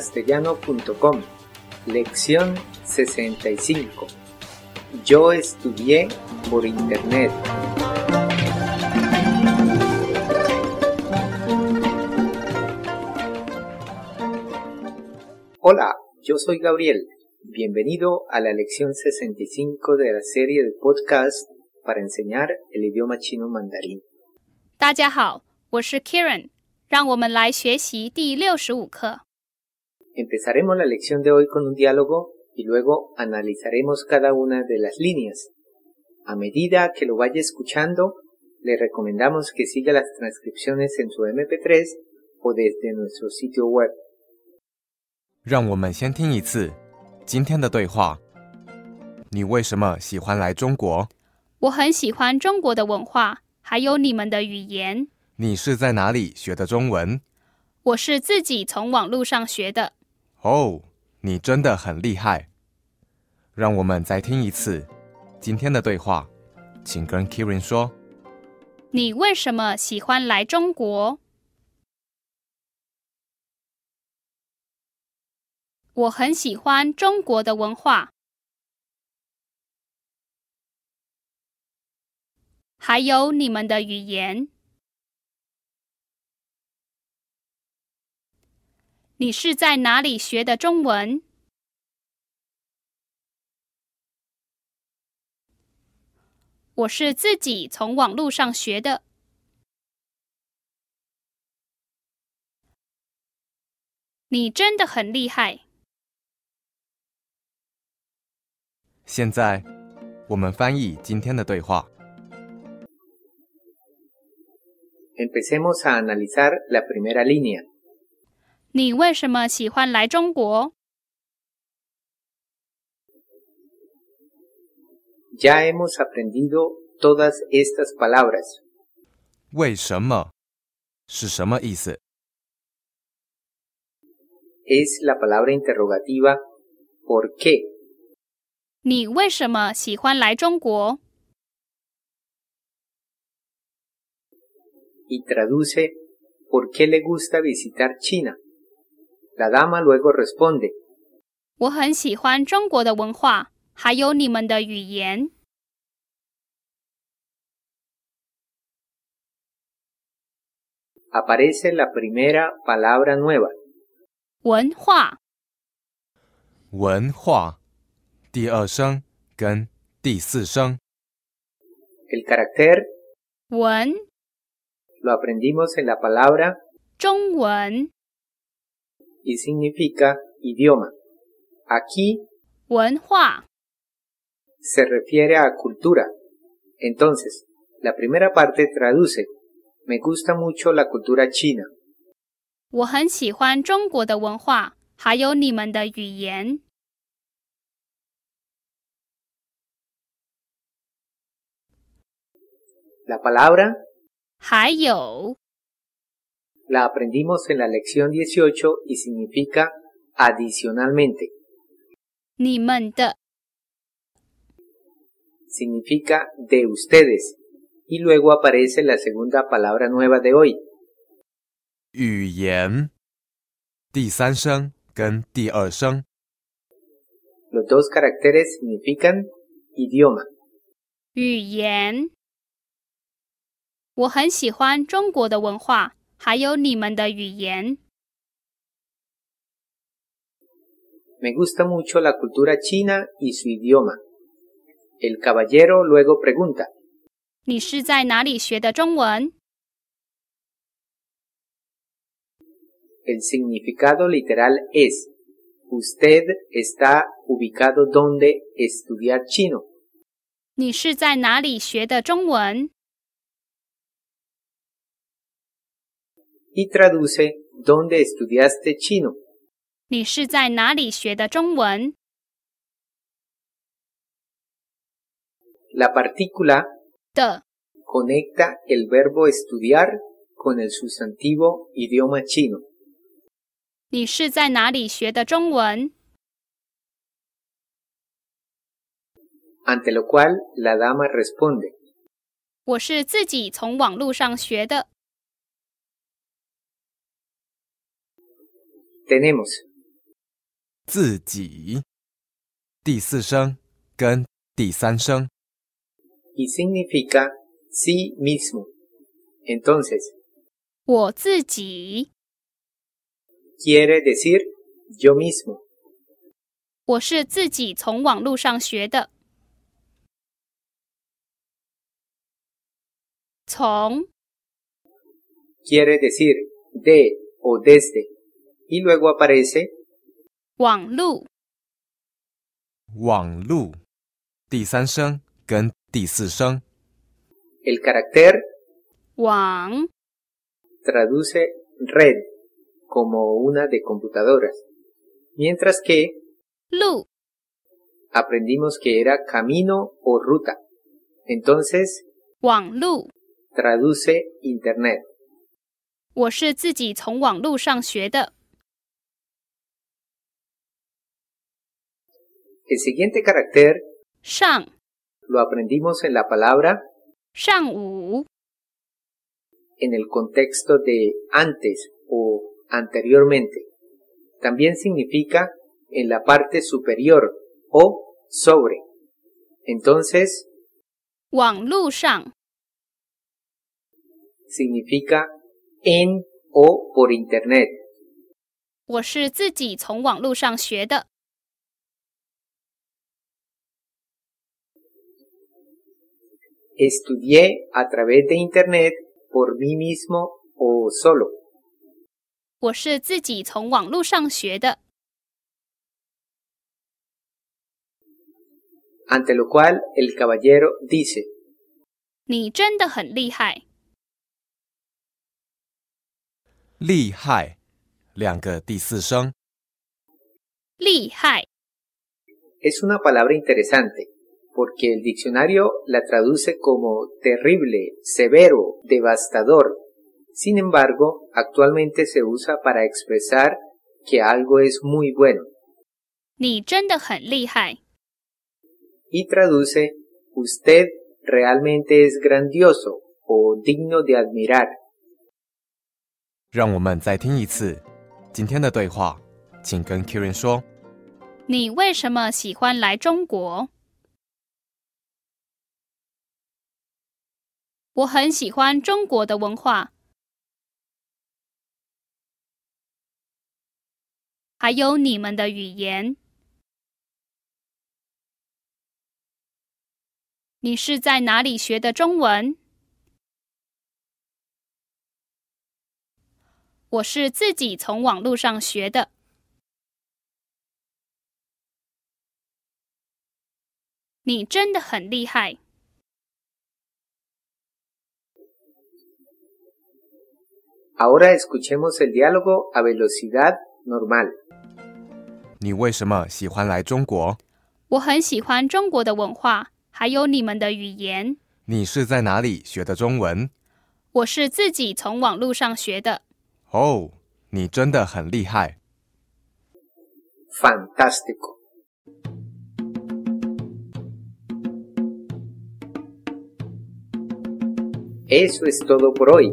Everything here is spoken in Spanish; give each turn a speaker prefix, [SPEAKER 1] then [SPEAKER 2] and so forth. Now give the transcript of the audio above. [SPEAKER 1] chinocastellano.com Lección 65 Yo estudié por internet. Hola, yo soy Gabriel. Bienvenido a la lección 65 de la serie de podcast para enseñar el idioma chino mandarín.
[SPEAKER 2] 大家好，我是 Kieran，让我们来学习第六十五课。
[SPEAKER 1] Empezaremos la lección de hoy con un diálogo y luego analizaremos cada una de las líneas. A medida que lo vaya escuchando, le recomendamos que siga las transcripciones en su MP3 o desde nuestro sitio web.
[SPEAKER 3] 让我们先听一次今天的对话。你为什么喜欢来中国？
[SPEAKER 2] 我很喜欢中国的文化，还有你们的语言。
[SPEAKER 3] 你是在哪里学的中文？
[SPEAKER 2] 我是自己从网络上学的。
[SPEAKER 3] 哦，你真的很厉害。让我们再听一次今天的对话，请跟 Kirin 说。
[SPEAKER 2] 你为什么喜欢来中国？我很喜欢中国的文化，还有你们的语言。你是在哪里学的中文？我是自己从网络上学的。你真的很厉害。
[SPEAKER 3] 现在我们翻译今天的对话。
[SPEAKER 1] Empecemos a analizar la primera línea.
[SPEAKER 2] 你为什么喜欢来中国？
[SPEAKER 1] Ya hemos aprendido todas estas palabras.
[SPEAKER 3] 为什么是什么意思？
[SPEAKER 1] Es la palabra interrogativa ¿por qué?
[SPEAKER 2] 你为什么喜欢来中国？
[SPEAKER 1] y traduce ¿por qué le gusta visitar China? La dama luego responde
[SPEAKER 2] 我很喜欢中国的文化，还有你们的语言。
[SPEAKER 1] aparece la primera palabra nueva.
[SPEAKER 2] 文化
[SPEAKER 3] 文化，第二声跟第四声。
[SPEAKER 1] El carácter
[SPEAKER 2] 文
[SPEAKER 1] lo aprendimos en la palabra
[SPEAKER 2] 中文
[SPEAKER 1] y significa idioma. Aquí
[SPEAKER 2] 文化
[SPEAKER 1] se refiere a cultura. Entonces, la primera parte traduce Me gusta mucho la cultura china.
[SPEAKER 2] 我很喜欢中国的文化，还有你们的语言。
[SPEAKER 1] La palabra
[SPEAKER 2] 还有
[SPEAKER 1] la aprendimos en la lección 18 y significa adicionalmente.
[SPEAKER 2] 你们的
[SPEAKER 1] significa de ustedes. Y luego aparece la segunda palabra nueva de hoy,
[SPEAKER 3] 语言，第三声跟第二声。
[SPEAKER 1] Los dos caracteres significan idioma.
[SPEAKER 2] 语言。我很喜欢中国的文化，还有你们的语言。
[SPEAKER 1] Me gusta mucho la cultura china y su idioma. El caballero luego pregunta,
[SPEAKER 2] 你是在哪里学的中文？
[SPEAKER 1] el significado literal es, usted está ubicado donde estudiar chino.
[SPEAKER 2] 你是在哪里学的中文？
[SPEAKER 1] Y traduce, ¿dónde estudiaste chino?
[SPEAKER 2] 你是在哪里学的中文？
[SPEAKER 1] La partícula
[SPEAKER 2] 的
[SPEAKER 1] conecta el verbo estudiar con el sustantivo idioma chino.
[SPEAKER 2] 你是在哪里学的中文？
[SPEAKER 1] ante lo cual la dama responde,
[SPEAKER 2] 我是自己从网络上学的。
[SPEAKER 1] tenemos,
[SPEAKER 3] 自己，第四声跟第三声，
[SPEAKER 1] y significa sí mismo. Entonces,
[SPEAKER 2] 我自己，
[SPEAKER 1] quiere decir yo mismo.
[SPEAKER 2] 我是自己从网络上学的。从
[SPEAKER 1] Quiere decir de o desde. Y luego aparece
[SPEAKER 2] 网路，
[SPEAKER 3] 网路，第三声跟第四声，
[SPEAKER 1] el carácter
[SPEAKER 2] 网
[SPEAKER 1] traduce red como una de computadoras. Mientras que
[SPEAKER 2] 路，
[SPEAKER 1] aprendimos que era camino o ruta. Entonces,
[SPEAKER 2] 网路，
[SPEAKER 1] traduce Internet.
[SPEAKER 2] 我是自己从网络上学的。
[SPEAKER 1] El siguiente carácter
[SPEAKER 2] 上
[SPEAKER 1] lo aprendimos en la palabra
[SPEAKER 2] 上午，
[SPEAKER 1] en el contexto de antes o anteriormente. También significa en la parte superior o sobre. Entonces,
[SPEAKER 2] 网路上，
[SPEAKER 1] significa en o por Internet.
[SPEAKER 2] 我是自己从网络上学的。
[SPEAKER 1] Estudié a través de Internet por mí mismo o solo.
[SPEAKER 2] 我是自己从网络上学的。
[SPEAKER 1] Ante lo cual el caballero dice,
[SPEAKER 2] 你真的很厉害。
[SPEAKER 3] 厉害，两个第四声，
[SPEAKER 2] 厉害，
[SPEAKER 1] es una palabra interesante, porque el diccionario la traduce como terrible, severo, devastador. Sin embargo, actualmente se usa para expresar que algo es muy bueno
[SPEAKER 2] 你真的很厉害。
[SPEAKER 1] y traduce usted realmente es grandioso o digno de admirar.
[SPEAKER 3] 让我们再听一次今天的对话，请跟 Kirin 说。
[SPEAKER 2] 你为什么喜欢来中国？我很喜欢中国的文化，还有你们的语言。你是在哪里学的中文？我是自己从网络上学的。你真的很厉害。
[SPEAKER 1] Ahora escuchemos el diálogo a velocidad normal.
[SPEAKER 3] 你为什么喜欢来中国？
[SPEAKER 2] 我很喜欢中国的文化，还有你们的语言。
[SPEAKER 3] 你是在哪里学的中文？
[SPEAKER 2] 我是自己从网络上学的。
[SPEAKER 3] 哦，你真的很厉害。
[SPEAKER 1] Fantástico. Eso es todo por hoy.